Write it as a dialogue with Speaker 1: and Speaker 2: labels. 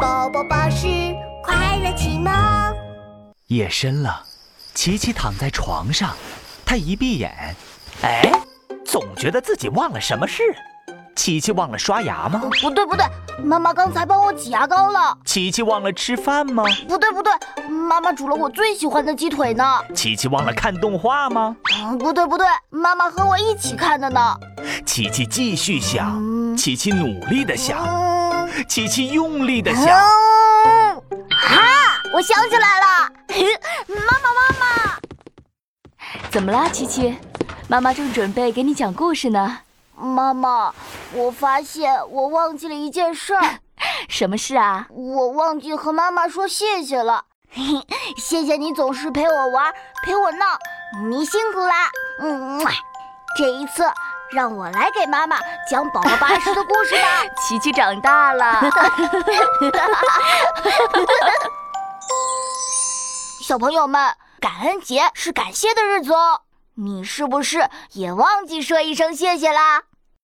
Speaker 1: 宝宝巴士快乐启蒙。
Speaker 2: 夜深了，琪琪躺在床上，他一闭眼，哎，总觉得自己忘了什么事。琪琪忘了刷牙吗？
Speaker 1: 不对不对，妈妈刚才帮我挤牙膏了。
Speaker 2: 琪琪忘了吃饭吗？
Speaker 1: 不对不对，妈妈煮了我最喜欢的鸡腿呢。
Speaker 2: 琪琪忘了看动画吗？
Speaker 1: 嗯，不对不对，妈妈和我一起看的呢。
Speaker 2: 琪琪继续想，
Speaker 1: 嗯
Speaker 2: 琪琪努力的想，
Speaker 1: 嗯，
Speaker 2: 琪琪用力的想。
Speaker 1: 嗯啊，我想起来了， 妈妈妈妈。
Speaker 3: 怎么啦，琪琪？妈妈正准备给你讲故事呢。
Speaker 1: 妈妈，我发现我忘记了一件事儿，
Speaker 3: 什么事啊？
Speaker 1: 我忘记和妈妈说谢谢了。 嘿嘿，谢谢你总是陪我玩，陪我闹，你辛苦啦。嗯，么这一次让我来给妈妈讲宝宝巴士的故事吧。
Speaker 3: 琪琪长大了。
Speaker 1: 小朋友们，感恩节是感谢的日子哦，你是不是也忘记说一声谢谢啦？